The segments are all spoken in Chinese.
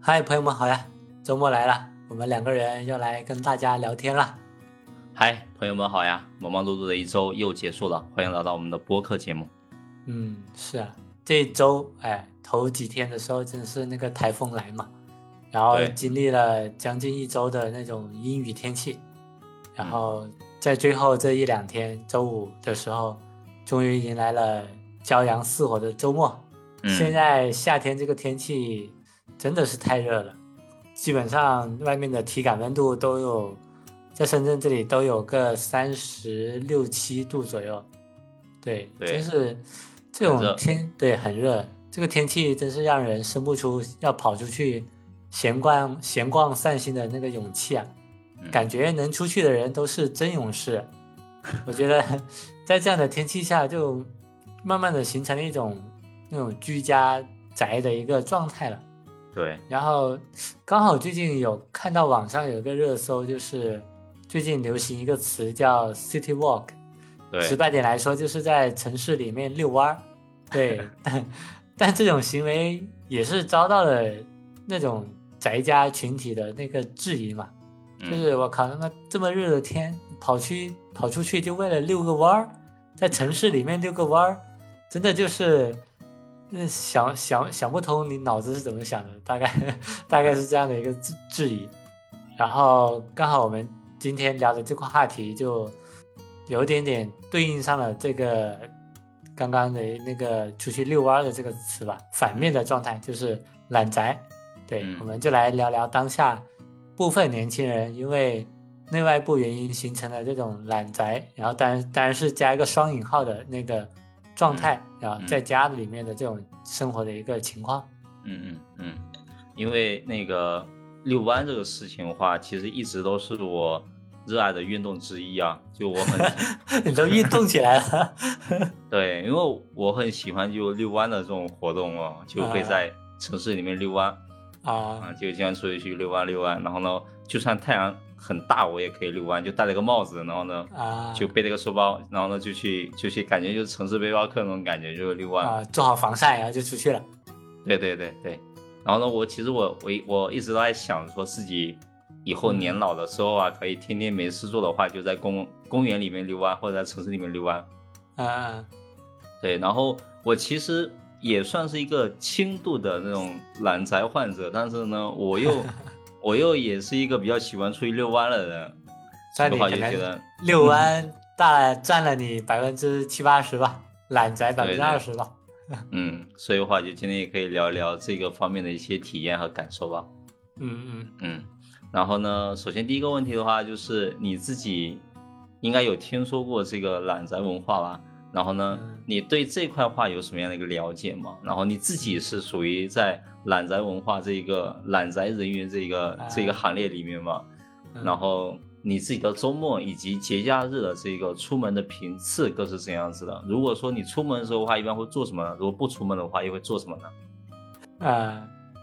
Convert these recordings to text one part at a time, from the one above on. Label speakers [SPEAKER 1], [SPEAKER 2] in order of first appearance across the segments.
[SPEAKER 1] 嗨，朋友们好呀！周末来了，我们两个人又来跟大家聊天了。
[SPEAKER 2] 嗨，朋友们好呀！忙忙碌碌的一周又结束了，欢迎来到我们的播客节目。
[SPEAKER 1] 嗯，是啊，这一周哎，头几天的时候真是那个台风来嘛，然后
[SPEAKER 2] 对
[SPEAKER 1] 经历了将近一周的那种阴雨天气，然后在最后这一两天，周五的时候，终于迎来了骄阳似火的周末。
[SPEAKER 2] 嗯，
[SPEAKER 1] 现在夏天这个天气真的是太热了，基本上外面的体感温度都有，在深圳这里都有个三十六七度左右。对，
[SPEAKER 2] 对
[SPEAKER 1] 真是这
[SPEAKER 2] 很热
[SPEAKER 1] 种天，对，很热。这个天气真是让人生不出要跑出去闲逛、闲逛散心的那个勇气啊！
[SPEAKER 2] 嗯
[SPEAKER 1] 感觉能出去的人都是真勇士。我觉得在这样的天气下，就慢慢的形成了一种那种居家宅的一个状态了。
[SPEAKER 2] 对，
[SPEAKER 1] 然后刚好最近有看到网上有一个热搜，就是最近流行一个词叫 “city walk”，直
[SPEAKER 2] 对，
[SPEAKER 1] 白点来说，就是在城市里面遛弯儿。对， 但但这种行为也是遭到了那种宅家群体的那个质疑嘛。就
[SPEAKER 2] 嗯，
[SPEAKER 1] 是我靠，他妈这么热的天，跑去跑出去就为了遛个弯儿，在城市里面遛个弯儿，真的就是，那想想想不通你脑子是怎么想的，大概 大概是这样的一个质质疑。然后刚好我们今天聊的这个话题就有点点对应上了这个刚刚的那个出去遛弯儿的这个词吧，反面的状态就是懒宅。对，
[SPEAKER 2] 嗯
[SPEAKER 1] 我们就来聊聊当下部分年轻人因为内外部原因形成的这种懒宅，然后当然当然是加一个双引号的那个状态，
[SPEAKER 2] 嗯
[SPEAKER 1] 然后在家里面的这种生活的一个情况。
[SPEAKER 2] 嗯嗯嗯，因为那个遛弯这个事情的话，其实一直都是我热爱的运动之一啊。就我 很
[SPEAKER 1] 你都运动起来 了，
[SPEAKER 2] 对，因为我很喜欢就遛弯的这种活动哦，就会
[SPEAKER 1] 啊
[SPEAKER 2] 在城市里面遛弯啊，
[SPEAKER 1] 啊
[SPEAKER 2] 就经常出去去遛弯遛弯。然后呢，就算太阳很大，我也可以遛弯，就戴了个帽子，然后呢，
[SPEAKER 1] 啊，
[SPEAKER 2] 就背了个书包，然后呢就去就去，感觉就是城市背包客那种感觉，就是遛弯。
[SPEAKER 1] 啊做好防晒，然后就出去了。
[SPEAKER 2] 对对对对。然后呢，我其实我我一我一直都在想，说自己以后
[SPEAKER 1] 嗯
[SPEAKER 2] 年老的时候啊，可以天天没事做的话，就在公公园里面遛弯，或者在城市里面遛弯。
[SPEAKER 1] 嗯、啊，
[SPEAKER 2] 对，然后我其实也算是一个轻度的那种懒宅患者，但是呢，我又我又也是一个比较喜欢出去遛弯的人，
[SPEAKER 1] 那
[SPEAKER 2] 的
[SPEAKER 1] 你
[SPEAKER 2] 话
[SPEAKER 1] 可
[SPEAKER 2] 就觉得
[SPEAKER 1] 能遛弯大占了你百分之七八十吧，懒宅百分
[SPEAKER 2] 对
[SPEAKER 1] 之
[SPEAKER 2] 对
[SPEAKER 1] 二十吧。
[SPEAKER 2] 嗯，所以的话就今天也可以聊一聊这个方面的一些体验和感受吧。
[SPEAKER 1] 嗯嗯，
[SPEAKER 2] 嗯，然后呢，首先第一个问题的话，就是你自己应该有听说过这个懒宅文化吧？然后呢
[SPEAKER 1] 嗯，
[SPEAKER 2] 你对这块话有什么样的一个了解吗？然后你自己是属于在懒宅文化这一个懒宅人员这一个这一个
[SPEAKER 1] 啊
[SPEAKER 2] 行列里面吗？
[SPEAKER 1] 嗯
[SPEAKER 2] 然后你自己的周末以及节假日的这个出门的频次各是怎样子的？如果说你出门的时候的话，一般会做什么呢？如果不出门的话，又会做什么呢？
[SPEAKER 1] 呃，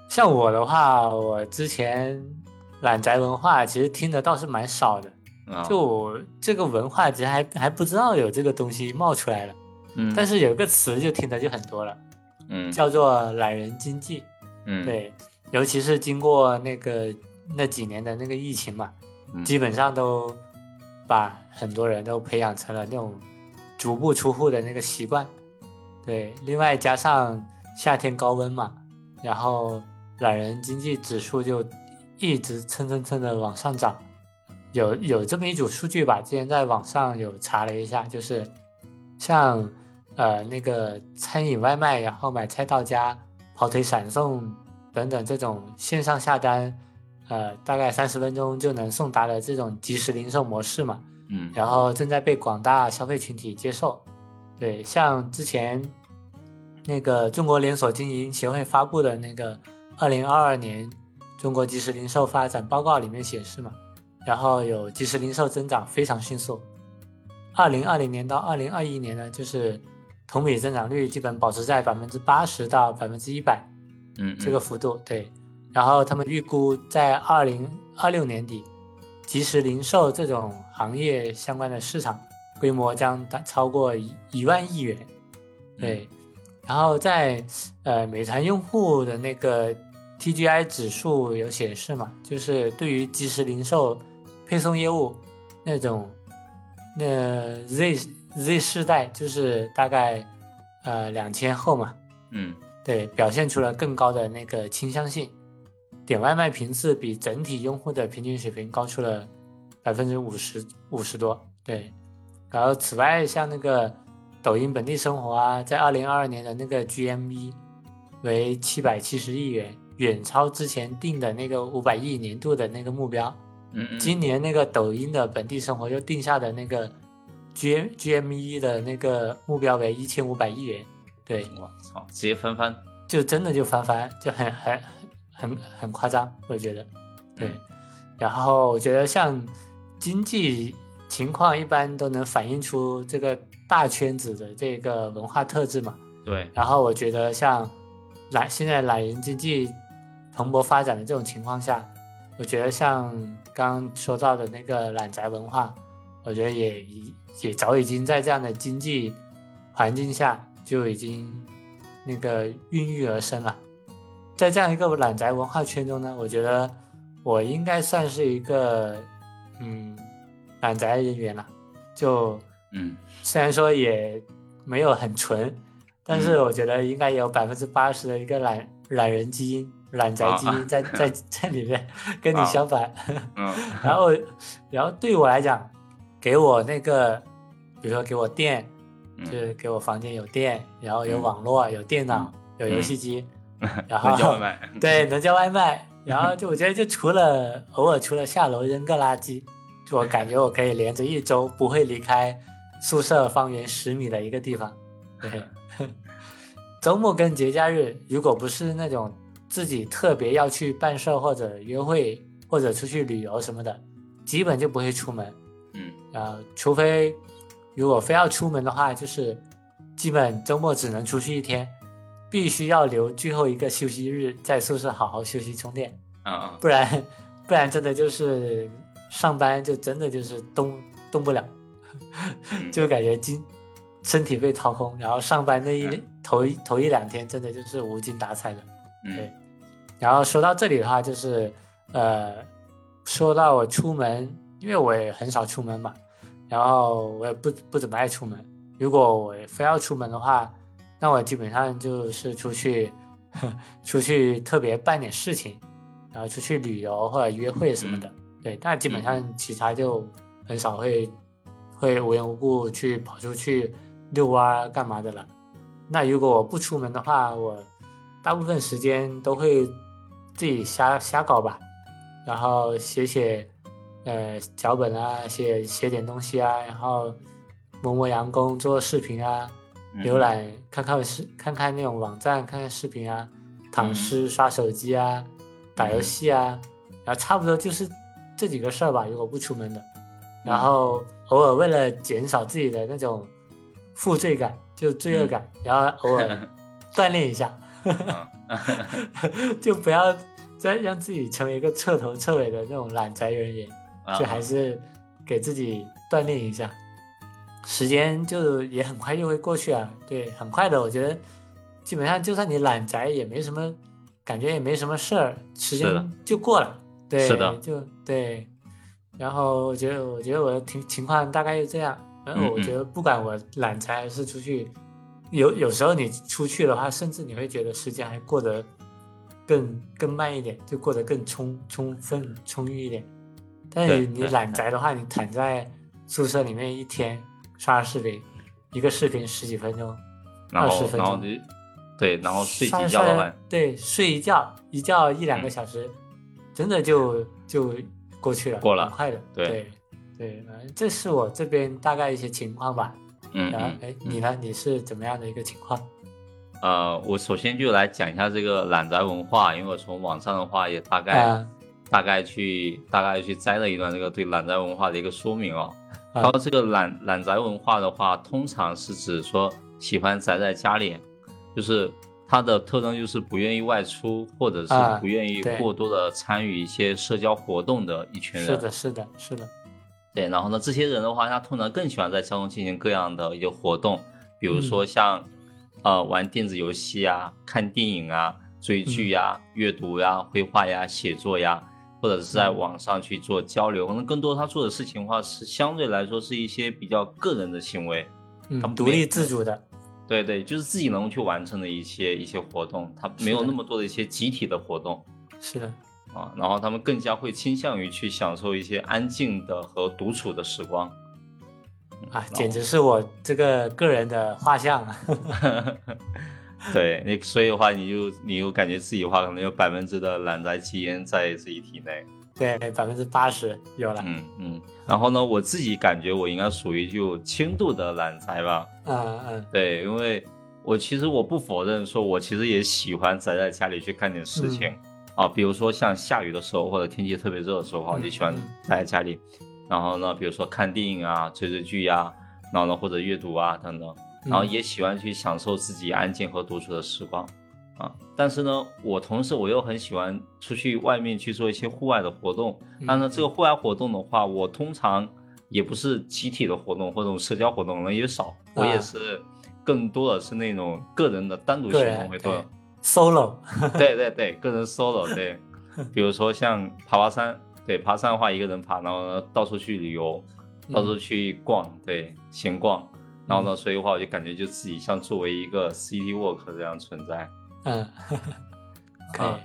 [SPEAKER 1] 像我的话，我之前懒宅文化其实听的倒是蛮少的，
[SPEAKER 2] 啊，
[SPEAKER 1] 就我这个文化其实还还不知道有这个东西冒出来了，
[SPEAKER 2] 嗯，
[SPEAKER 1] 但是有一个词就听的就很多了，
[SPEAKER 2] 嗯
[SPEAKER 1] 叫做懒人经济。
[SPEAKER 2] 嗯
[SPEAKER 1] 对，尤其是经过那个那几年的那个疫情嘛，
[SPEAKER 2] 嗯
[SPEAKER 1] 基本上都把很多人都培养成了那种足不出户的那个习惯。对，另外加上夏天高温嘛，然后懒人经济指数就一直蹭蹭蹭的往上涨。有有这么一组数据吧，之前在网上有查了一下，就是像呃那个餐饮外卖，然后买菜到家、跑腿闪送等等这种线上下单，呃大概三十分钟就能送达的这种即时零售模式嘛，
[SPEAKER 2] 嗯
[SPEAKER 1] 然后正在被广大消费群体接受。对，像之前那个中国连锁经营协会发布的那个二零二二年中国即时零售发展报告里面显示嘛，然后有即时零售增长非常迅速，二零二零年到二零二一年呢，就是同比增长率基本保持在百分之八十到百分之一百，
[SPEAKER 2] 嗯
[SPEAKER 1] 这个幅度，对。然后他们预估在二零二六年底，即时零售这种行业相关的市场规模将达超过一一万亿元，
[SPEAKER 2] 嗯
[SPEAKER 1] 对。然后在呃美团用户的那个 TGI 指数有显示嘛，就是对于即时零售配送业务那种，那 Z Z 世代就是大概呃两千后嘛，
[SPEAKER 2] 嗯
[SPEAKER 1] 对，表现出了更高的那个倾向性，点外卖频次比整体用户的平均水平高出了百分之五十五十多。对，然后此外，像那个抖音本地生活啊，在二零二二年的那个 GMV 为七百七十亿元，远超之前定的那个五百亿年度的那个目标。
[SPEAKER 2] 嗯嗯，
[SPEAKER 1] 今年那个抖音的本地生活就定下的那个 G GMV 的那个目标为一千五百亿元。对，
[SPEAKER 2] 我操，直接翻番，
[SPEAKER 1] 就真的就翻番，就很很很很夸张，我觉得。对，
[SPEAKER 2] 嗯
[SPEAKER 1] 然后我觉得像经济情况一般都能反映出这个大圈子的这个文化特质嘛。
[SPEAKER 2] 对，
[SPEAKER 1] 然后我觉得像懒现在懒人经济蓬勃发展的这种情况下，我觉得像刚刚说到的那个懒宅文化，我觉得也已也早已经在这样的经济环境下就已经那个孕育而生了。在这样一个懒宅文化圈中呢，我觉得我应该算是一个嗯懒宅人员了，就
[SPEAKER 2] 嗯，
[SPEAKER 1] 虽然说也没有很纯，但
[SPEAKER 2] 嗯
[SPEAKER 1] 是我觉得应该有百分之八十的一个懒懒人基因、懒宅基因 在、在在里面，跟你
[SPEAKER 2] 啊
[SPEAKER 1] 相反。
[SPEAKER 2] 嗯
[SPEAKER 1] 然后，然后对于我来讲，给我那个，比如说给我电， 就
[SPEAKER 2] 嗯，
[SPEAKER 1] 是给我房间有电，然后有
[SPEAKER 2] 嗯
[SPEAKER 1] 网络、有电脑、有游
[SPEAKER 2] 嗯
[SPEAKER 1] 戏机，然后
[SPEAKER 2] 那叫外卖，
[SPEAKER 1] 对，能叫外卖。然后就我觉得，就除了偶尔除了下楼扔个垃圾，就我感觉我可以连着一周不会离开宿舍方圆十米的一个地方。对， 周末跟节假日，如果不是那种自己特别要去办事儿或者约会或者出去旅游什么的，基本就不会出门。
[SPEAKER 2] 嗯
[SPEAKER 1] 呃，除非如果非要出门的话，就是基本周末只能出去一天，必须要留最后一个休息日在宿舍好好休息充电，
[SPEAKER 2] 啊啊，
[SPEAKER 1] 不然不然真的就是上班就真的就是动动不了，
[SPEAKER 2] 嗯
[SPEAKER 1] 就感觉精身体被掏空，然后上班那一头一头一两天真的就是无精打采的。对
[SPEAKER 2] 嗯
[SPEAKER 1] 然后说到这里的话，就是呃，说到我出门，因为我也很少出门嘛，然后我也不不怎么爱出门。如果我非要出门的话，那我基本上就是出去 出去特别办点事情，然后出去旅游或者约会什么的。对，但基本上其他就很少会会无缘无故去跑出去遛弯儿干嘛的了。那如果我不出门的话，我大部分时间都会自己瞎瞎搞吧，然后写写呃脚本啊，写写点东西啊，然后磨磨洋工，做视频啊，
[SPEAKER 2] 嗯
[SPEAKER 1] 浏览看看视看看那种网站，看看视频啊，躺
[SPEAKER 2] 嗯
[SPEAKER 1] 尸刷手机啊，打游
[SPEAKER 2] 嗯
[SPEAKER 1] 戏啊，然后差不多就是这几个事儿吧。如果不出门的，然
[SPEAKER 2] 嗯
[SPEAKER 1] 后偶尔为了减少自己的那种负罪感，就罪恶
[SPEAKER 2] 嗯
[SPEAKER 1] 感，然后偶 尔锻炼一下，
[SPEAKER 2] 啊 嗯
[SPEAKER 1] 就不要再让自己成为一个彻头彻尾的那种懒宅人员，
[SPEAKER 2] 啊
[SPEAKER 1] 就还是给自己锻炼一下。时间就也很快就会过去啊，对，很快的。我觉得基本上就算你懒宅也没什么感觉，也没什么事儿，时
[SPEAKER 2] 是的
[SPEAKER 1] 间就过了。对，
[SPEAKER 2] 是的
[SPEAKER 1] 就对。然后我觉得，我觉得我的情情况大概就这样。然后我
[SPEAKER 2] 嗯嗯
[SPEAKER 1] 觉得，不管我懒宅还是出去，有有时候你出去的话，甚至你会觉得时间还过得更更慢一点，就过得更充充分充裕一点。但是
[SPEAKER 2] 对
[SPEAKER 1] 你
[SPEAKER 2] 对
[SPEAKER 1] 懒宅的话，你躺在宿舍里面一天刷视频，一个视频十几分钟，
[SPEAKER 2] 然
[SPEAKER 1] 20
[SPEAKER 2] 后
[SPEAKER 1] 分钟
[SPEAKER 2] 然后就对，然后睡
[SPEAKER 1] 刷
[SPEAKER 2] 几
[SPEAKER 1] 着
[SPEAKER 2] 觉
[SPEAKER 1] 刷
[SPEAKER 2] 的
[SPEAKER 1] 着
[SPEAKER 2] 话，嗯
[SPEAKER 1] 对，睡一觉，一觉一两个小时，真的就就过去了，
[SPEAKER 2] 过了
[SPEAKER 1] 很快的，
[SPEAKER 2] 对
[SPEAKER 1] 对对，反正这是我这边大概一些情况吧。
[SPEAKER 2] 嗯
[SPEAKER 1] 然后
[SPEAKER 2] 嗯，
[SPEAKER 1] 哎，
[SPEAKER 2] 嗯
[SPEAKER 1] 你呢？你是怎么样的一个情况？
[SPEAKER 2] 呃，我首先就来讲一下这个懒宅文化，因为我从网上的话也大概、
[SPEAKER 1] 啊
[SPEAKER 2] 大概去大概去摘了一段这个对懒宅文化的一个说明哦。
[SPEAKER 1] 啊
[SPEAKER 2] 然后这个懒懒宅文化的话，通常是指说喜欢宅在家里，就是它的特征就是不愿意外出，或者是
[SPEAKER 1] 啊
[SPEAKER 2] 不愿意
[SPEAKER 1] 对
[SPEAKER 2] 过多的参与一些社交活动的一群人。
[SPEAKER 1] 是的，是的，是的，
[SPEAKER 2] 对，然后呢，这些人的话，他通常更喜欢在家中进行各样的
[SPEAKER 1] 嗯
[SPEAKER 2] 一些活动，比如说像，呃，玩电子游戏啊、看电影啊，追
[SPEAKER 1] 嗯
[SPEAKER 2] 剧呀、阅读呀、绘画呀、写作呀，或者是在
[SPEAKER 1] 嗯
[SPEAKER 2] 网上去做交流。可能更多他做的事情的话，是相对来说是一些比较个人的行为。他
[SPEAKER 1] 嗯，
[SPEAKER 2] 们
[SPEAKER 1] 独
[SPEAKER 2] 没
[SPEAKER 1] 立自主的，
[SPEAKER 2] 对对，就是自己能够去完成的一些一些活动，他
[SPEAKER 1] 是
[SPEAKER 2] 没有
[SPEAKER 1] 的
[SPEAKER 2] 那么多的一些集体的活动
[SPEAKER 1] 是的，
[SPEAKER 2] 啊。然后他们更加会倾向于去享受一些安静的和独处的时光。
[SPEAKER 1] 啊，
[SPEAKER 2] 嗯后
[SPEAKER 1] 简直是我这个个人的画像啊。
[SPEAKER 2] 对，那所以的话，你就你又感觉自己的话，可能有百分之的懒宅基因在自己体内。
[SPEAKER 1] 对，百分之八十有了。
[SPEAKER 2] 嗯嗯。然后呢，我自己感觉我应该属于就轻度的懒宅吧。
[SPEAKER 1] 嗯嗯
[SPEAKER 2] 对，因为我其实我不否认，说我其实也喜欢宅在家里去干点事情、啊，比如说像下雨的时候或者天气特别热的时候啊，我就喜欢
[SPEAKER 1] 嗯
[SPEAKER 2] 宅在家里。然后呢，比如说看电影啊、追追剧呀、然后呢或者阅读啊等等，
[SPEAKER 1] 嗯
[SPEAKER 2] 然后也喜欢去享受自己安静和独处的时光啊。但是呢，我同时我又很喜欢出去外面去做一些户外的活动。
[SPEAKER 1] 嗯
[SPEAKER 2] 但是这个户外活动的话，我通常也不是集体的活动或者社交活动，人也少，我也
[SPEAKER 1] 啊
[SPEAKER 2] 是更多的是那种个人的单独
[SPEAKER 1] 个
[SPEAKER 2] 行
[SPEAKER 1] 人
[SPEAKER 2] 动会多。
[SPEAKER 1] solo，
[SPEAKER 2] 对对对，个人 solo 对，比如说像爬爬山，对，爬山的话一个人爬，然后呢到处去旅游，到处去逛，对，闲逛。然后呢，所以的话，我就感觉就自己像作为一个 city walk 这样存在。
[SPEAKER 1] 嗯， 可以
[SPEAKER 2] 啊，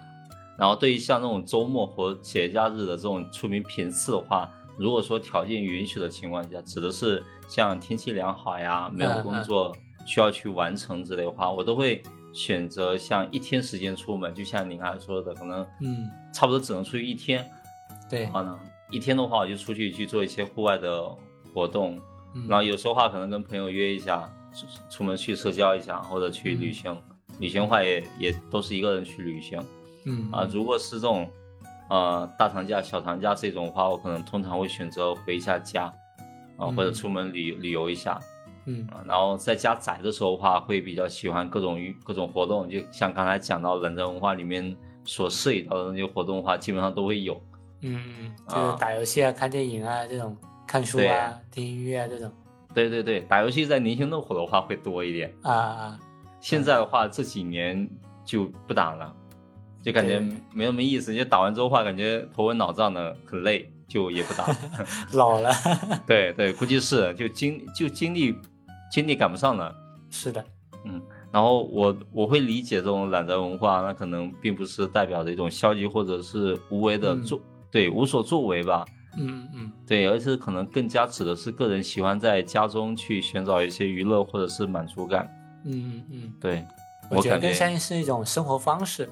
[SPEAKER 2] 然后对于像那种周末和节假日的这种出名频次的话，如果说条件允许的情况下，指的是像天气良好呀，
[SPEAKER 1] 嗯
[SPEAKER 2] 没有工作需要去完成之类的话，我都会选择像一天时间出门，就像你刚才说的，可能
[SPEAKER 1] 嗯，
[SPEAKER 2] 差不多只能出去一天。
[SPEAKER 1] 对
[SPEAKER 2] 然，后呢，一天的话，我就出去去做一些户外的活动，
[SPEAKER 1] 嗯
[SPEAKER 2] 然后有时候的话可能跟朋友约一下，出出门去社交一下，或者去旅
[SPEAKER 1] 嗯
[SPEAKER 2] 行。旅行的话也也都是一个人去旅行。
[SPEAKER 1] 嗯
[SPEAKER 2] 啊，如果是这种，呃，大长假、小长假这种的话，我可能通常会选择回一下家，啊，或者
[SPEAKER 1] 嗯
[SPEAKER 2] 出门旅旅游一下，
[SPEAKER 1] 嗯
[SPEAKER 2] 啊，然后在家宅的时候的话，会比较喜欢各种娱各种活动，就像刚才讲到冷战文化里面所涉及到的那些活动的话，基本上都会有。
[SPEAKER 1] 嗯，嗯，
[SPEAKER 2] 啊
[SPEAKER 1] 就是打游戏啊、看电影啊这种，看书
[SPEAKER 2] 对
[SPEAKER 1] 啊、听音乐啊这种
[SPEAKER 2] 对对对，打游戏在年轻那会儿的话会多一点，
[SPEAKER 1] 啊啊，
[SPEAKER 2] 现在的话这几年就不打了，就感觉
[SPEAKER 1] 对
[SPEAKER 2] 没什么意思，就打完之后的话感觉头昏脑胀的，很累，就也不打了。
[SPEAKER 1] 老了，
[SPEAKER 2] 对对，估计是就精就精力精力赶不上了。
[SPEAKER 1] 是的，
[SPEAKER 2] 然后我我会理解这种懒宅文化，那可能并不是代表着一种消极或者是无为的
[SPEAKER 1] 嗯
[SPEAKER 2] 作，对无所作为吧，
[SPEAKER 1] 嗯嗯
[SPEAKER 2] 对，而是可能更加指的是个人喜欢在家中去寻找一些娱乐或者是满足感。
[SPEAKER 1] 嗯嗯嗯，
[SPEAKER 2] 对，
[SPEAKER 1] 我觉得
[SPEAKER 2] 感
[SPEAKER 1] 更
[SPEAKER 2] 觉
[SPEAKER 1] 像是一种生活方式，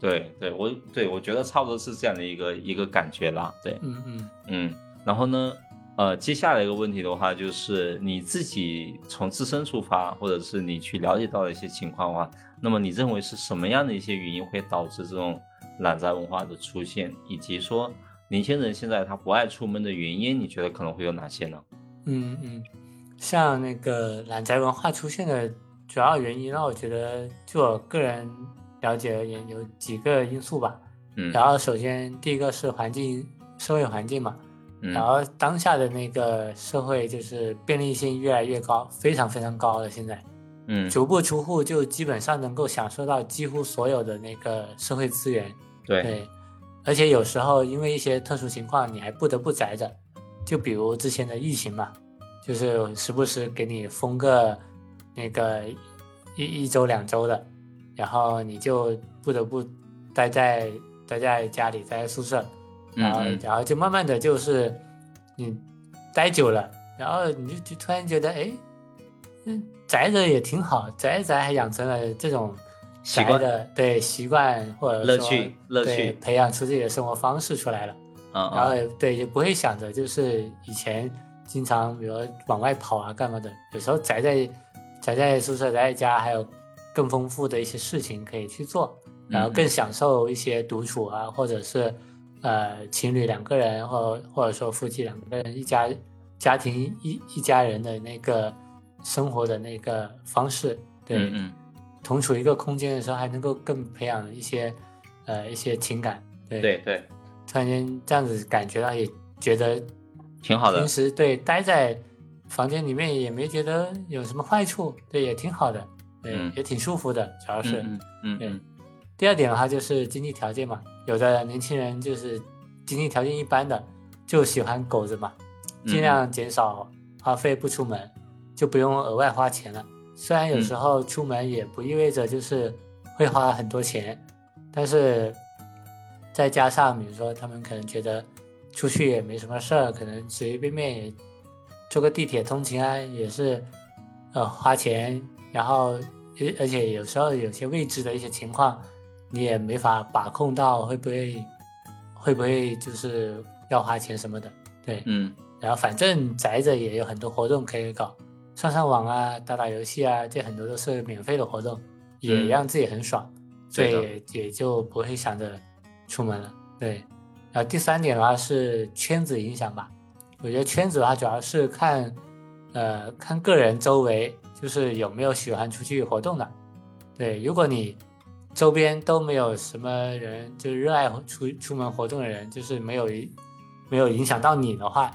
[SPEAKER 2] 对对，我对我觉得差不多是这样的一个一个感觉啦。对，
[SPEAKER 1] 嗯嗯
[SPEAKER 2] 嗯，然后呢，呃，接下来一个问题的话，就是你自己从自身出发，或者是你去了解到的一些情况的话，那么你认为是什么样的一些原因会导致这种懒宅文化的出现，以及说年轻人现在他不爱出门的原因，你觉得可能会有哪些呢？
[SPEAKER 1] 嗯嗯，像那个懒宅文化出现的主要原因，那我觉得就我个人了解而言，有几个因素吧。
[SPEAKER 2] 嗯
[SPEAKER 1] 然后首先第一个是环境，社会环境嘛，
[SPEAKER 2] 嗯
[SPEAKER 1] 然后当下的那个社会就是便利性越来越高，非常非常高了。现在
[SPEAKER 2] 嗯，
[SPEAKER 1] 足不出户就基本上能够享受到几乎所有的那个社会资源。
[SPEAKER 2] 对，
[SPEAKER 1] 对，而且有时候因为一些特殊情况，你还不得不宅着，就比如之前的疫情嘛，就是时不时给你封个那个一一周两周的，然后你就不得不待在待在家里，待在宿舍，
[SPEAKER 2] 嗯
[SPEAKER 1] 然后
[SPEAKER 2] 嗯
[SPEAKER 1] 然后就慢慢的就是你待久了，然后你就就突然觉得，哎，嗯，宅着也挺好，宅一宅还养成了这种
[SPEAKER 2] 习
[SPEAKER 1] 宅
[SPEAKER 2] 惯
[SPEAKER 1] 的对习惯或者
[SPEAKER 2] 乐
[SPEAKER 1] 说
[SPEAKER 2] 趣乐
[SPEAKER 1] 对
[SPEAKER 2] 趣
[SPEAKER 1] 培养出自己的生活方式出来了。
[SPEAKER 2] 啊
[SPEAKER 1] 然后
[SPEAKER 2] 啊，
[SPEAKER 1] 也对也不会想着就是以前经常比如说往外跑啊干嘛的，有时候宅在宅在宿舍宅在家，还有更丰富的一些事情可以去做，然后
[SPEAKER 2] 嗯嗯
[SPEAKER 1] 更享受一些独处啊，或者是呃情侣两个人，或或者说夫妻两个人一家家庭一一家人的那个生活的那个方式，对，
[SPEAKER 2] 嗯嗯
[SPEAKER 1] 同处一个空间的时候，还能够更培养一些呃一些情感，对
[SPEAKER 2] 对对，
[SPEAKER 1] 突然间这样子感觉到，也觉得
[SPEAKER 2] 挺好的
[SPEAKER 1] 平，时对待在房间里面也没觉得有什么坏处，对，也挺好的，对，
[SPEAKER 2] 嗯
[SPEAKER 1] 也挺舒服的，主要是、
[SPEAKER 2] 嗯嗯嗯
[SPEAKER 1] 对
[SPEAKER 2] 嗯，
[SPEAKER 1] 第二点的话就是经济条件嘛，有的年轻人就是经济条件一般的，就喜欢苟着嘛，
[SPEAKER 2] 嗯
[SPEAKER 1] 尽量减少花费，不出门，就不用额外花钱了。虽然有时候出门也不意味着就是会花很多钱，但是再加上比如说他们可能觉得出去也没什么事儿，可能随随便便也坐个地铁通勤啊，也是呃花钱，然后呃而而且有时候有些未知的一些情况，你也没法把控到会不会会不会就是要花钱什么的，对，
[SPEAKER 2] 嗯
[SPEAKER 1] 然后反正宅着也有很多活动可以搞，上上网啊，打打游戏啊，这很多都是免费的活动，也
[SPEAKER 2] 嗯
[SPEAKER 1] 让自己很爽，所
[SPEAKER 2] 对的
[SPEAKER 1] 以也就不会想着出门了。对，然后第三点的话是圈子影响吧，我觉得圈子的啊话主要是看，呃，看个人周围就是有没有喜欢出去活动的。对，如果你周边都没有什么人，就是热爱出出门活动的人，就是没有一没有影响到你的话，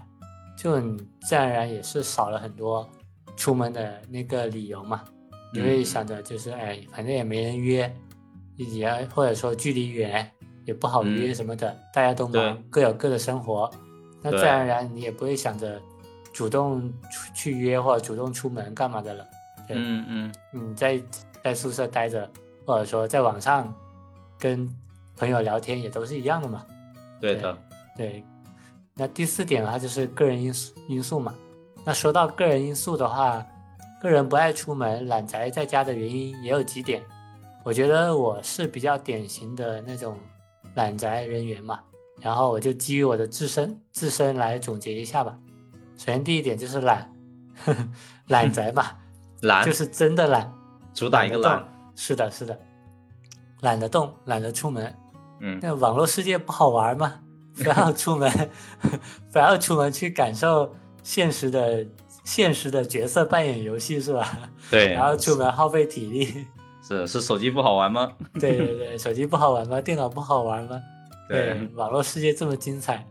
[SPEAKER 1] 就你自然而然也是少了很多出门的那个理由嘛。你会
[SPEAKER 2] 嗯
[SPEAKER 1] 想着就是，哎，反正也没人约，也或者说距离远也不好约
[SPEAKER 2] 嗯
[SPEAKER 1] 什么的，大家都忙
[SPEAKER 2] 对，
[SPEAKER 1] 各有各的生活，那自
[SPEAKER 2] 对
[SPEAKER 1] 然而然你也不会想着主动出去约或者主动出门干嘛的了。对，
[SPEAKER 2] 嗯嗯，
[SPEAKER 1] 你在在宿舍待着，或者说在网上跟朋友聊天也都是一样的嘛。
[SPEAKER 2] 对的，
[SPEAKER 1] 对，那第四点的话就是个人因素因素嘛。那说到个人因素的话，个人不爱出门、懒宅在家的原因也有几点。我觉得我是比较典型的那种懒宅人员嘛，然后我就基于我的自身自身来总结一下吧。首先第一点就是懒， 懒宅嘛，
[SPEAKER 2] 懒
[SPEAKER 1] 就是真的懒，
[SPEAKER 2] 主打一个懒
[SPEAKER 1] 得，动。是的，是的，懒得动，懒得出门，
[SPEAKER 2] 嗯，
[SPEAKER 1] 那网络世界不好玩吗？不要出门， 不要出门去感受现实的现实的角色扮演游戏是吧？
[SPEAKER 2] 对，
[SPEAKER 1] 然后出门耗费体力，
[SPEAKER 2] 是是手机不好玩吗？
[SPEAKER 1] 对对对，手机不好玩吗？电脑不好玩吗？对，网络世界这么精彩，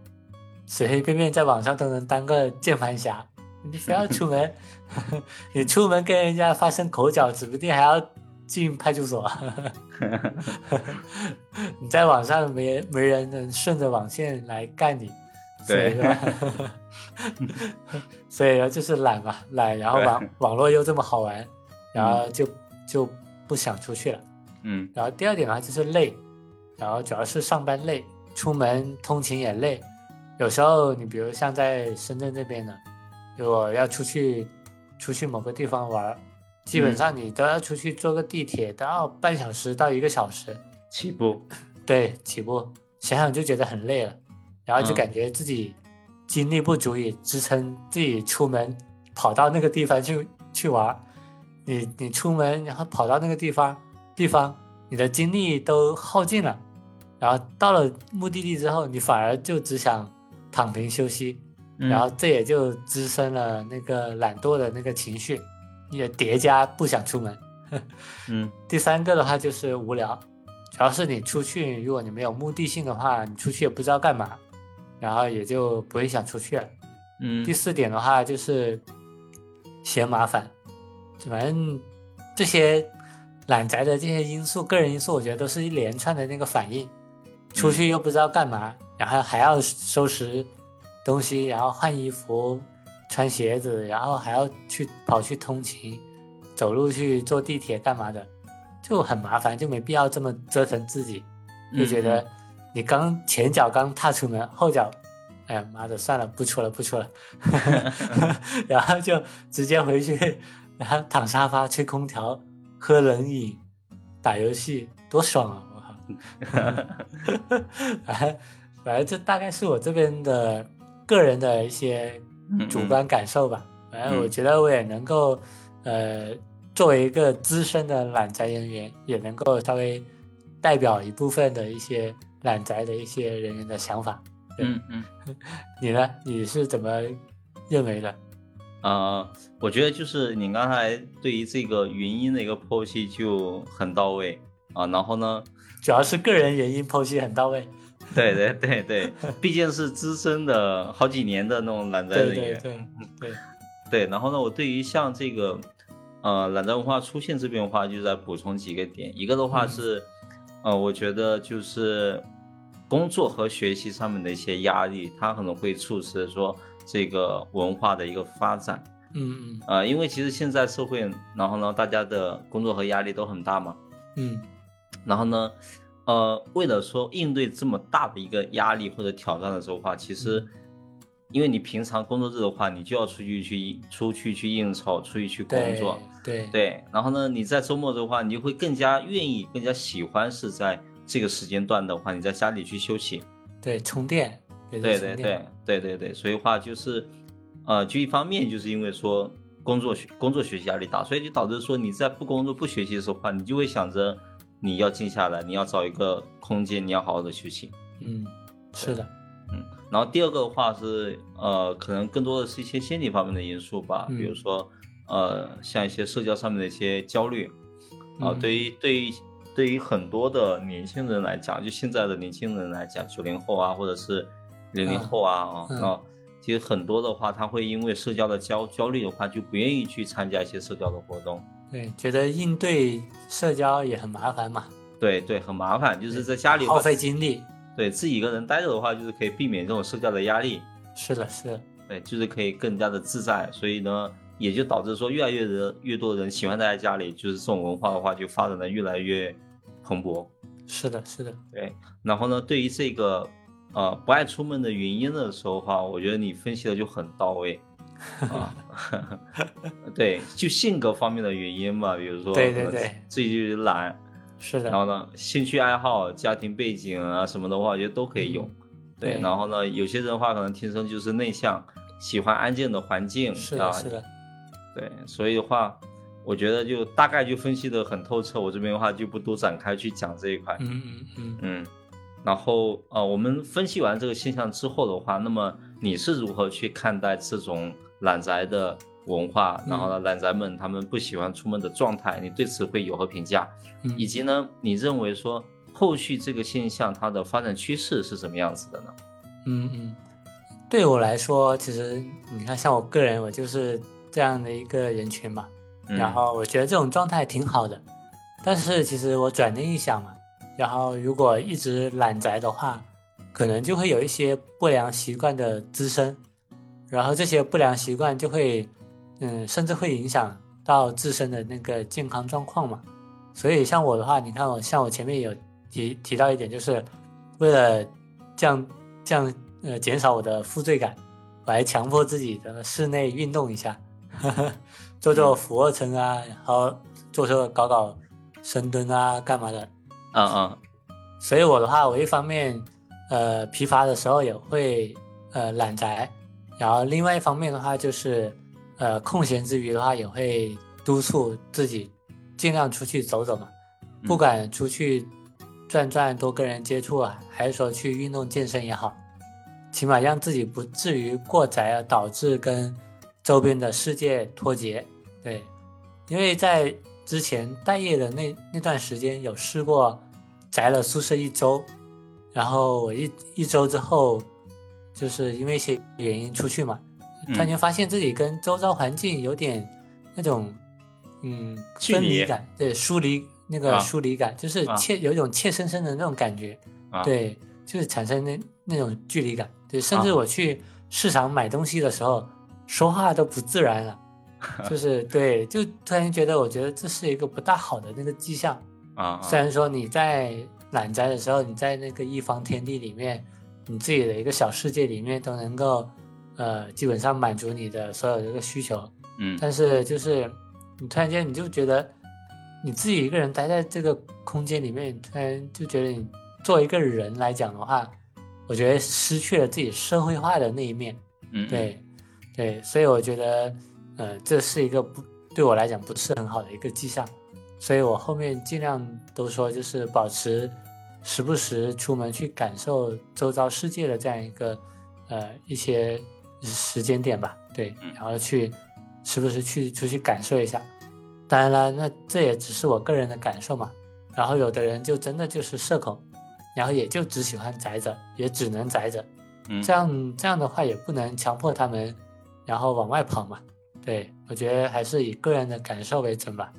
[SPEAKER 1] 随随便便在网上都能当个键盘侠，你不要出门， 你出门跟人家发生口角，指不定还要进派出所。你在网上没没人能顺着网线来干你，
[SPEAKER 2] 对
[SPEAKER 1] 所以说，所以说就是懒嘛，懒，然后网网络又这么好玩，然后就就不想出去了。
[SPEAKER 2] 嗯
[SPEAKER 1] 然后第二点的话就是累，然后主要是上班累，出门通勤也累。有时候你比如像在深圳这边呢，如果要出去出去某个地方玩儿，基本
[SPEAKER 2] 嗯
[SPEAKER 1] 上你都要出去坐个地铁，都要半小时到一个小时，
[SPEAKER 2] 起步，
[SPEAKER 1] 对，起步想想就觉得很累了，然后就
[SPEAKER 2] 嗯
[SPEAKER 1] 感觉自己精力不足以支撑自己出门跑到那个地方去去玩儿。你你出门然后跑到那个地方地方，你的精力都耗尽了，然后到了目的地之后，你反而就只想躺平休息，
[SPEAKER 2] 嗯
[SPEAKER 1] 然后这也就滋生了那个懒惰的那个情绪，也叠加不想出门。
[SPEAKER 2] 嗯
[SPEAKER 1] 第三个的话就是无聊，主要是你出去，如果你没有目的性的话，你出去也不知道干嘛，然后也就不会想出去了。
[SPEAKER 2] 嗯
[SPEAKER 1] 第四点的话就是嫌麻烦，反正这些懒宅的这些因素，个人因素，我觉得都是一连串的那个反应。出去又不知道干嘛，然后还要收拾东西，然后换衣服、穿鞋子，然后还要去跑去通勤，走路去坐地铁干嘛的，就很麻烦，就没必要这么折腾自己。就觉得你刚前脚刚踏出门，后脚，哎呀妈的，算了，不出了，不出了，然后就直接回去，然后躺沙发吹空调，喝冷饮，打游戏，多爽啊！我靠，反正 反正这大概是我这边的个人的一些
[SPEAKER 2] 嗯
[SPEAKER 1] 主
[SPEAKER 2] 嗯
[SPEAKER 1] 观感受吧。反正我
[SPEAKER 2] 嗯
[SPEAKER 1] 觉得我也能够，呃，作为一个资深的懒宅人员，也能够稍微代表一部分的一些懒宅的一些人员的想法。
[SPEAKER 2] 嗯嗯
[SPEAKER 1] 你呢？你是怎么认为的？
[SPEAKER 2] 呃，我觉得就是你刚才对于这个原因的一个剖析就很到位啊，然后呢，
[SPEAKER 1] 主要是个人原因剖析很到位。
[SPEAKER 2] 对对对对，毕竟是资深的好几年的那种 懒宅
[SPEAKER 1] 对
[SPEAKER 2] 人
[SPEAKER 1] 对
[SPEAKER 2] 员，
[SPEAKER 1] 对对，
[SPEAKER 2] 对，然后呢，我对于像这个，呃，懒宅文化出现这边的话，就是在补充几个点，一个的话
[SPEAKER 1] 嗯
[SPEAKER 2] 是，呃，我觉得就是工作和学习上面的一些压力，它可能会促使说这个文化的一个发展。
[SPEAKER 1] 嗯
[SPEAKER 2] 呃，因为其实现在社会，然后呢，大家的工作和压力都很大嘛。
[SPEAKER 1] 嗯
[SPEAKER 2] 然后呢，呃，为了说应对这么大的一个压力或者挑战的时候的话，其实因为你平常工作日的话，你就要出去去出去去应酬，出去去
[SPEAKER 1] 嗯，
[SPEAKER 2] 工作。
[SPEAKER 1] 对对
[SPEAKER 2] 对，然后呢，你在周末的话，你就会更加愿意、更加喜欢是在这个时间段的话，你在家里去休息。
[SPEAKER 1] 对，充电，给自己
[SPEAKER 2] 对
[SPEAKER 1] 充
[SPEAKER 2] 对
[SPEAKER 1] 电
[SPEAKER 2] 对对对对，所以话就是，呃，就一方面就是因为说工作学工作学习压力大，所以就导致说你在不工作不学习的时候话，你就会想着你要静下来，你要找一个空间，你要好好的休息。
[SPEAKER 1] 嗯，是的，
[SPEAKER 2] 嗯，然后第二个的话是，呃，可能更多的是一些心理方面的因素吧，比如
[SPEAKER 1] 嗯
[SPEAKER 2] 说，呃，像一些社交上面的一些焦虑，啊、
[SPEAKER 1] 嗯
[SPEAKER 2] 对于对于对于很多的年轻人来讲，就现在的年轻人来讲，九零后啊，或者是零零
[SPEAKER 1] 嗯
[SPEAKER 2] 后啊，啊、
[SPEAKER 1] 嗯
[SPEAKER 2] 啊其实很多的话，他会因为社交的焦焦虑的话，就不愿意去参加一些社交的活动，
[SPEAKER 1] 对，觉得应对社交也很麻烦嘛，
[SPEAKER 2] 对对，很麻烦，就是
[SPEAKER 1] 对
[SPEAKER 2] 在家里
[SPEAKER 1] 耗
[SPEAKER 2] 话，
[SPEAKER 1] 费精力，
[SPEAKER 2] 对自己一个人待着的话，就是可以避免这种社交的压力，
[SPEAKER 1] 是的，是的，
[SPEAKER 2] 对，哎就是可以更加的自在，所以呢，也就导致说越来越人越多人喜欢待在家里，就是这种文化的话就发展的越来越蓬勃。
[SPEAKER 1] 是的，是的，
[SPEAKER 2] 然后呢，对于这个呃不爱出门的原因的时候的话，我觉得你分析的就很到 位啊。 对，就性格方面的原因吧，比如说
[SPEAKER 1] 对对
[SPEAKER 2] 可能
[SPEAKER 1] 对
[SPEAKER 2] 自己就是懒，
[SPEAKER 1] 是
[SPEAKER 2] 然
[SPEAKER 1] 的，
[SPEAKER 2] 后呢，兴趣爱好、家庭背景啊什么的话，我觉得都可以有。
[SPEAKER 1] 嗯
[SPEAKER 2] 对，
[SPEAKER 1] 对
[SPEAKER 2] 然后呢，有些人的话可能天生就是内向，喜欢安静的环境
[SPEAKER 1] 是
[SPEAKER 2] 啊
[SPEAKER 1] 的，，是的，
[SPEAKER 2] 对，所以的话，我觉得就大概就分析的很透彻，我这边的话就不多展开去讲这一块。
[SPEAKER 1] 嗯嗯嗯。
[SPEAKER 2] 嗯，然后呃，我们分析完这个现象之后的话，那么你是如何去看待这种懒宅的文化？
[SPEAKER 1] 嗯
[SPEAKER 2] 然后呢，懒宅们他们不喜欢出门的状态，你对此会有何评价？
[SPEAKER 1] 嗯
[SPEAKER 2] 以及呢，你认为说后续这个现象它的发展趋势是什么样子的呢？
[SPEAKER 1] 嗯嗯，对我来说，其实你看，像我个人，我就是这样的一个人群嘛。
[SPEAKER 2] 嗯
[SPEAKER 1] 然后我觉得这种状态挺好的，但是其实我转念一想嘛，然后如果一直懒宅的话，可能就会有一些不良习惯的滋生，然后这些不良习惯就会，嗯，甚至会影响到自身的那个健康状况嘛。所以像我的话，你看我像我前面有提提到一点，就是为了降降呃减少我的负罪感，我还强迫自己的室内运动一下， 做做俯卧撑啊，然后做做搞搞深蹲啊，干嘛的。
[SPEAKER 2] 啊啊
[SPEAKER 1] 所以我的话，我一方面呃疲乏的时候也会呃懒宅，然后另外一方面的话就是呃空闲之余的话也会督促自己尽量出去走走嘛，
[SPEAKER 2] 嗯
[SPEAKER 1] 不管出去转转多跟人接触啊，还是说去运动健身也好，起码让自己不至于过宅啊，导致跟周边的世界脱节。对，因为在之前待业的那那段时间有试过宅了宿舍一周，然后我一一周之后，就是因为一些原因出去嘛，
[SPEAKER 2] 嗯
[SPEAKER 1] 突然间发现自己跟周遭环境有点那种嗯
[SPEAKER 2] 距
[SPEAKER 1] 分离
[SPEAKER 2] 离
[SPEAKER 1] 感，对疏离那
[SPEAKER 2] 啊
[SPEAKER 1] 个疏离感，就是
[SPEAKER 2] 啊
[SPEAKER 1] 切有一种切生生的那种感觉，
[SPEAKER 2] 啊！，
[SPEAKER 1] 对，就是产生那那种距离感，对，甚至
[SPEAKER 2] 啊
[SPEAKER 1] 我去市场买东西的时候，说话都不自然 了，就是对，就突然觉得我觉得这是一个不大好的那个迹象。
[SPEAKER 2] 啊啊
[SPEAKER 1] 虽然说你在懒宅的时候，你在那个一方天地里面，你自己的一个小世界里面都能够，呃，基本上满足你的所有的一个需求，
[SPEAKER 2] 嗯
[SPEAKER 1] 但是就是你突然间你就觉得你自己一个人待在这个空间里面，你突然就觉得你作为一个人来讲的话，我觉得失去了自己社会化的那一面。
[SPEAKER 2] 嗯，
[SPEAKER 1] 对，对，所以我觉得，呃，这是一个不对我来讲不是很好的一个迹象，所以我后面尽量都说就是保持时不时出门去感受周遭世界的这样一个呃一些时间点吧，对
[SPEAKER 2] 嗯，
[SPEAKER 1] 然后去时不时去出去感受一下。当然了，那这也只是我个人的感受嘛。然后有的人就真的就是社恐，然后也就只喜欢宅着，也只能宅着。
[SPEAKER 2] 嗯
[SPEAKER 1] 这样这样的话也不能强迫他们，然后往外跑嘛。对我觉得还是以个人的感受为准吧。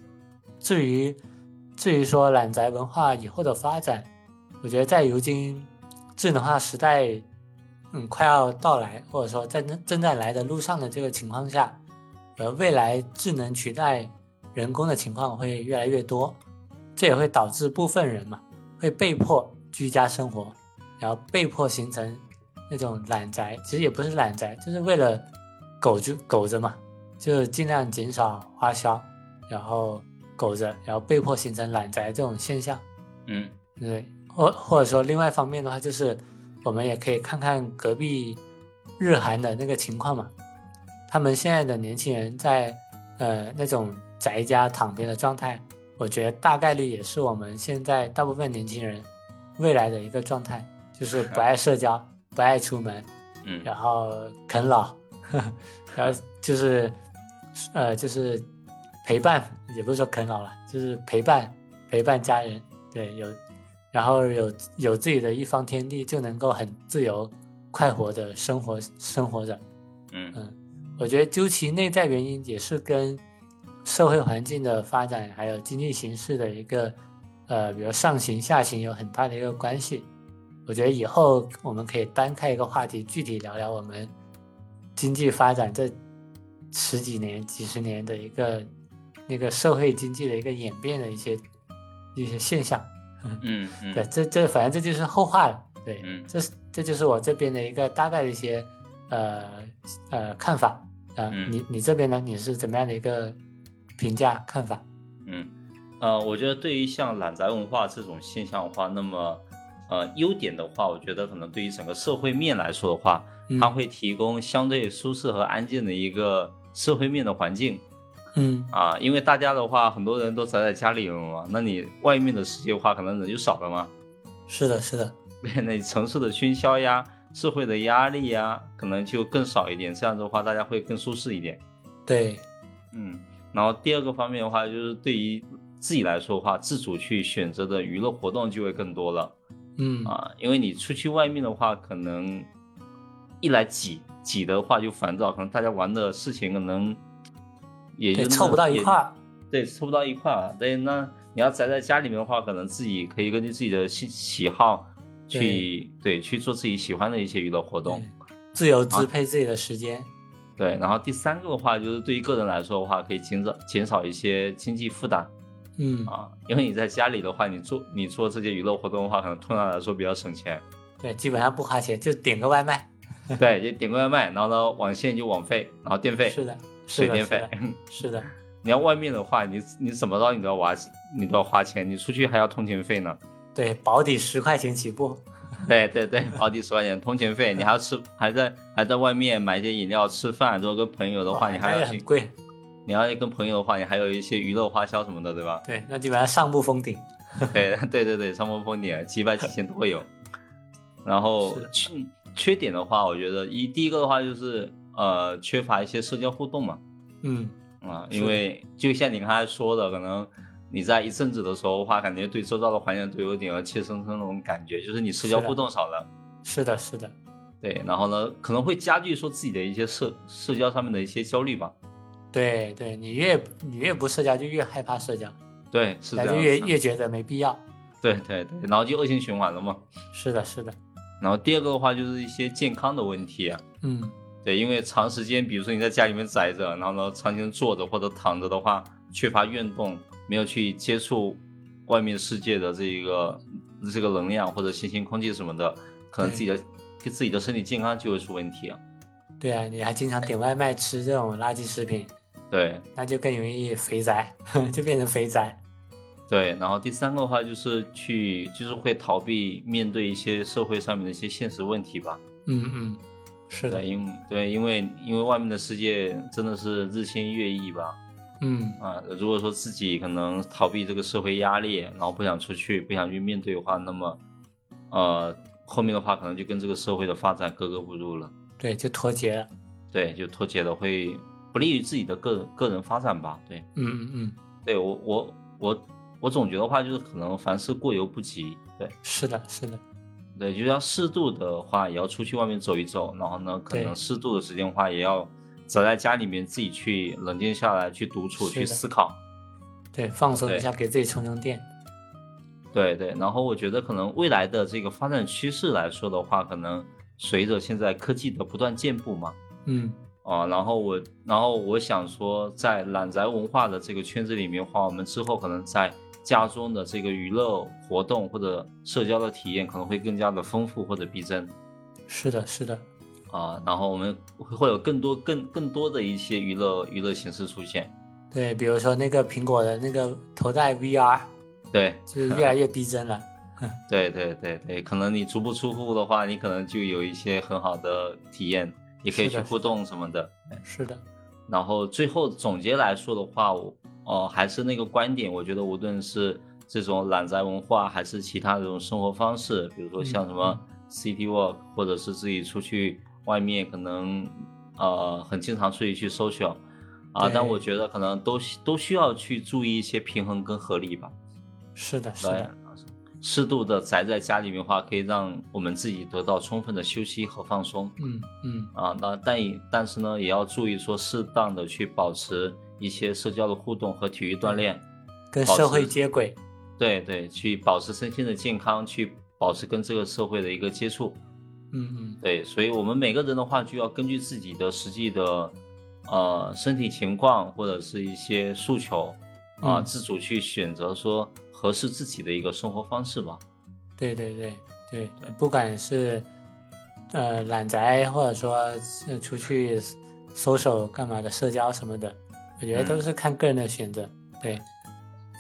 [SPEAKER 1] 至于至于说懒宅文化以后的发展，我觉得在如今智能化时代，嗯，快要到来，或者说在正正在来的路上的这个情况下，呃，未来智能取代人工的情况会越来越多，这也会导致部分人嘛会被迫居家生活，然后被迫形成那种懒宅，其实也不是懒宅，就是为了苟住苟着嘛，就尽量减少花销，然后苟着，然后被迫形成懒宅这种现象。
[SPEAKER 2] 嗯
[SPEAKER 1] 对，或或者说另外一方面的话，就是我们也可以看看隔壁日韩的那个情况嘛。他们现在的年轻人在呃那种宅家躺平的状态，我觉得大概率也是我们现在大部分年轻人未来的一个状态，就是不爱社交，不爱出门，
[SPEAKER 2] 嗯
[SPEAKER 1] 然后啃老， 然后就是呃就是陪伴，也不是说啃老了，就是陪伴陪伴家人，对，有然后有有自己的一方天地，就能够很自由快活的生活生活着。
[SPEAKER 2] 嗯
[SPEAKER 1] 我觉得究其内在原因，也是跟社会环境的发展，还有经济形势的一个呃，比如上行下行有很大的一个关系。我觉得以后我们可以单开一个话题，具体聊聊我们经济发展这十几年、几十年的一个那个社会经济的一个演变的一些一些现象。
[SPEAKER 2] 嗯
[SPEAKER 1] 对，
[SPEAKER 2] 嗯
[SPEAKER 1] 这这反正这就是后话了。对，
[SPEAKER 2] 嗯
[SPEAKER 1] 这是这就是我这边的一个大概的一些呃呃看法啊、呃
[SPEAKER 2] 嗯
[SPEAKER 1] 你你这边呢？你是怎么样的一个评价看法？
[SPEAKER 2] 嗯，呃，我觉得对于像懒宅文化这种现象的话，那么呃优点的话，我觉得可能对于整个社会面来说的话，
[SPEAKER 1] 嗯
[SPEAKER 2] 它会提供相对舒适和安静的一个社会面的环境
[SPEAKER 1] 嗯
[SPEAKER 2] 啊，因为大家的话，很多人都宅在家里面嘛，那你外面的世界的话，可能人就少了嘛。
[SPEAKER 1] 是的，是的，
[SPEAKER 2] 对，那城市的喧嚣呀、社会的压力呀，可能就更少一点。这样子的话，大家会更舒适一点。
[SPEAKER 1] 对，
[SPEAKER 2] 嗯，然后第二个方面的话，就是对于自己来说的话，自主去选择的娱乐活动就会更多了
[SPEAKER 1] 嗯
[SPEAKER 2] 啊，因为你出去外面的话，可能一来挤挤的话就烦躁，可能大家玩的事情可能也就
[SPEAKER 1] 对，
[SPEAKER 2] 那
[SPEAKER 1] 凑不到一
[SPEAKER 2] 也
[SPEAKER 1] 块儿，
[SPEAKER 2] 对，凑不到一块儿。对，那你要宅在家里面的话，可能自己可以根据自己的喜喜好去对去做自己喜欢的一些娱乐活动。
[SPEAKER 1] 自由
[SPEAKER 2] 啊
[SPEAKER 1] 支配自己的时间。
[SPEAKER 2] 对，然后第三个的话，就是对于个人来说的话，可以减少减少一些经济负担
[SPEAKER 1] 嗯，
[SPEAKER 2] 啊，因为你在家里的话，你做你做这些娱乐活动的话，可能通常来说比较 省钱。
[SPEAKER 1] 对，基本上不花钱，就点个外卖。
[SPEAKER 2] 对，就点个外卖，然后呢，网线就网费，然后电费、
[SPEAKER 1] 是的，是
[SPEAKER 2] 水
[SPEAKER 1] 的，
[SPEAKER 2] 电
[SPEAKER 1] 是
[SPEAKER 2] 费
[SPEAKER 1] 的。，是的，
[SPEAKER 2] 你要外面的话，你你怎么着你都要花，你都要花钱，你出去还要通勤费呢。
[SPEAKER 1] 对，保底十块钱起步。
[SPEAKER 2] 对对对，保底十块钱通勤费，你还要吃，还在还在外面买一些饮料吃饭。如果跟朋友的话，
[SPEAKER 1] 哇
[SPEAKER 2] 你
[SPEAKER 1] 那
[SPEAKER 2] 还
[SPEAKER 1] 也
[SPEAKER 2] 要
[SPEAKER 1] 很
[SPEAKER 2] 去，
[SPEAKER 1] 贵。？
[SPEAKER 2] 你要跟朋友的话，你还有一些娱乐花销什么的，对吧
[SPEAKER 1] 对，那基本上上不封顶。
[SPEAKER 2] 对对对对，上峰峰点几百几千都会有。然后
[SPEAKER 1] 是的
[SPEAKER 2] 缺缺点的话，我觉得一第一个的话就是呃缺乏一些社交互动嘛，
[SPEAKER 1] 嗯，
[SPEAKER 2] 啊，
[SPEAKER 1] 是
[SPEAKER 2] 因
[SPEAKER 1] 的
[SPEAKER 2] 为就像你刚才说的，可能你在一阵子的时候的话，感觉对周遭的环境都有点切身的那种感觉，就是你社交
[SPEAKER 1] 是的
[SPEAKER 2] 互动少了。
[SPEAKER 1] 是的，是的，
[SPEAKER 2] 对，然后呢，可能会加剧说自己的一些社社交上面的一些焦虑吧。
[SPEAKER 1] 对对，你越你越不社交，就越害怕社交，
[SPEAKER 2] 对，是这
[SPEAKER 1] 那
[SPEAKER 2] 样
[SPEAKER 1] 就
[SPEAKER 2] 子。
[SPEAKER 1] 越越觉得没必要。
[SPEAKER 2] 对对对，然后就恶性循环了嘛。
[SPEAKER 1] 是的，是的，
[SPEAKER 2] 然后第二个的话就是一些健康的问题、啊。
[SPEAKER 1] 嗯，
[SPEAKER 2] 对，因为长时间，比如说你在家里面宅着，然后呢长时间坐着或者躺着的话，缺乏运动，没有去接触外面世界的这个这个能量或者新鲜空气什么的，可能自己的给自己的身体健康就会出问题啊。
[SPEAKER 1] 对啊，你还经常点外卖吃这种垃圾食品，
[SPEAKER 2] 对，
[SPEAKER 1] 那就更容易肥宅， 就变成肥宅。
[SPEAKER 2] 对，然后第三个的话就是去，就是会逃避面对一些社会上面的一些现实问题吧。
[SPEAKER 1] 嗯嗯，是的
[SPEAKER 2] 对，，因对，因为因为外面的世界真的是日新月异吧。
[SPEAKER 1] 嗯，
[SPEAKER 2] 啊，如果说自己可能逃避这个社会压力，然后不想出去，不想去面对的话，那么，呃，后面的话可能就跟这个社会的发展格格不入了。
[SPEAKER 1] 对，就脱节了。
[SPEAKER 2] 对，就脱节了，会不利于自己的个人个人发展吧。对，
[SPEAKER 1] 嗯嗯嗯，
[SPEAKER 2] 对我我我我总觉得话就是可能凡事过犹不及。对。
[SPEAKER 1] 是的，是的，
[SPEAKER 2] 对，就是要适度的话，也要出去外面走一走，然后呢，可
[SPEAKER 1] 对
[SPEAKER 2] 能适度的时间的话，也要宅在家里面自己去冷静下来，去独处，
[SPEAKER 1] 是
[SPEAKER 2] 去
[SPEAKER 1] 的
[SPEAKER 2] 思考。
[SPEAKER 1] 对，放松一
[SPEAKER 2] 对
[SPEAKER 1] 下，给自己充充电。
[SPEAKER 2] 对对，然后我觉得可能未来的这个发展趋势来说的话，可能随着现在科技的不断进步嘛，
[SPEAKER 1] 嗯
[SPEAKER 2] 啊，然后我，然后我想说，在懒宅文化的这个圈子里面的话，我们之后可能在家中的这个娱乐活动或者社交的体验可能会更加的丰富或者逼真
[SPEAKER 1] 是的，是的，
[SPEAKER 2] 啊，然后我们会有更多更更多的一些娱乐娱乐形式出现，
[SPEAKER 1] 对，比如说那个苹果的那个头戴 VR，
[SPEAKER 2] 对
[SPEAKER 1] 就是 越来越逼真了。
[SPEAKER 2] 对对对对，可能你足不出户的话，你可能就有一些很好的体验，也可以
[SPEAKER 1] 是
[SPEAKER 2] 去
[SPEAKER 1] 的
[SPEAKER 2] 互动什么的。
[SPEAKER 1] 是的，
[SPEAKER 2] 然后最后总结来说的话，我呃还是那个观点，我觉得无论是这种懒宅文化，还是其他的这种生活方式，比如说
[SPEAKER 1] 嗯
[SPEAKER 2] 像什么 city walk，或者是自己出去外面，可能呃很经常出去去 social 啊，
[SPEAKER 1] 对
[SPEAKER 2] 但我觉得可能都都需要去注意一些平衡跟合理吧。
[SPEAKER 1] 是的，是
[SPEAKER 2] 对
[SPEAKER 1] 的，，
[SPEAKER 2] 适度的宅在家里面的话，可以让我们自己得到充分的休息和放松。
[SPEAKER 1] 嗯嗯，
[SPEAKER 2] 啊，那但也但是呢，也要注意说适当的去保持一些社交的互动和体育锻炼，
[SPEAKER 1] 跟
[SPEAKER 2] 保
[SPEAKER 1] 社
[SPEAKER 2] 持
[SPEAKER 1] 会接轨。
[SPEAKER 2] 对对，去保持身心的健康，去保持跟这个社会的一个接触，
[SPEAKER 1] 嗯嗯，
[SPEAKER 2] 对，所以我们每个人的话就要根据自己的实际的呃身体情况或者是一些诉求啊，
[SPEAKER 1] 嗯
[SPEAKER 2] 自主去选择说合适自己的一个生活方式吧，
[SPEAKER 1] 对对对对，不管是呃懒宅，或者说是出去 social 干嘛的社交什么的，我觉得都
[SPEAKER 2] 嗯
[SPEAKER 1] 是看个人的选择。对，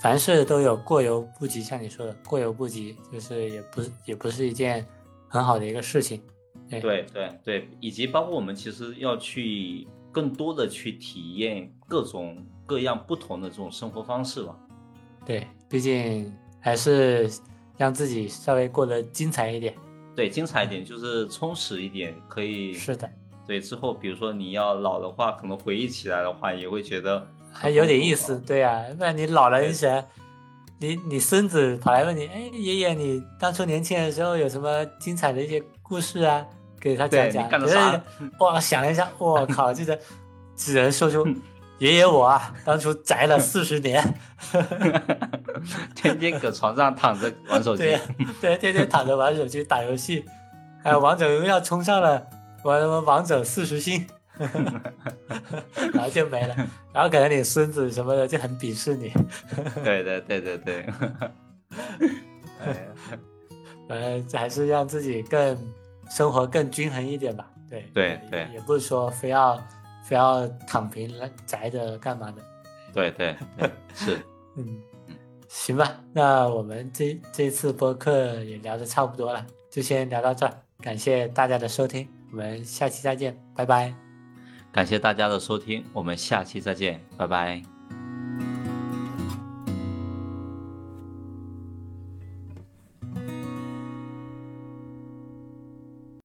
[SPEAKER 1] 凡事都有过犹不及，像你说的，过犹不及就是也不是也不是一件很好的一个事情。
[SPEAKER 2] 对对对，以及包括我们其实要去更多的去体验各种各样不同的这种生活方式吧。
[SPEAKER 1] 对，毕竟还是让自己稍微过得精彩一点。
[SPEAKER 2] 对，精彩一点就是充实一点，可以
[SPEAKER 1] 是的，
[SPEAKER 2] 对之后，比如说你要老的话，可能回忆起来的话，也会觉得很
[SPEAKER 1] 还有点
[SPEAKER 2] 丰富
[SPEAKER 1] 意思。
[SPEAKER 2] 吧。
[SPEAKER 1] 对呀、不然你老了
[SPEAKER 2] 对
[SPEAKER 1] 你想，你你孙子跑来问你，哎，爷爷，你当初年轻的时候有什么精彩的一些故事啊？给他讲
[SPEAKER 2] 对
[SPEAKER 1] 讲。
[SPEAKER 2] 你干了
[SPEAKER 1] 觉得
[SPEAKER 2] 啥？
[SPEAKER 1] 哇，想了一 下，我靠，就是只能说出爷爷我啊，当初宅
[SPEAKER 2] 嗯
[SPEAKER 1] 了四十 年，
[SPEAKER 2] 啊天天搁床上 躺着玩手
[SPEAKER 1] 对
[SPEAKER 2] 机
[SPEAKER 1] 呀，对，天天躺着玩手机打游戏，还有王者荣耀冲上了玩什么王者四十星， 然后就没了。然后可能你孙子什么的就很鄙视你。
[SPEAKER 2] 对对对对对。 哎呀
[SPEAKER 1] 呃，还是让自己更生活更均衡一点吧。对
[SPEAKER 2] 对对
[SPEAKER 1] 也不是说非要非要躺平了宅着干嘛的。
[SPEAKER 2] 对对对，是，
[SPEAKER 1] 嗯，行吧，那我们这这次播客也聊得差不多了，就先聊到这儿，感谢大家的收听，我们下期再见，拜拜。
[SPEAKER 2] 感谢大家的收听，我们下期再见，拜拜。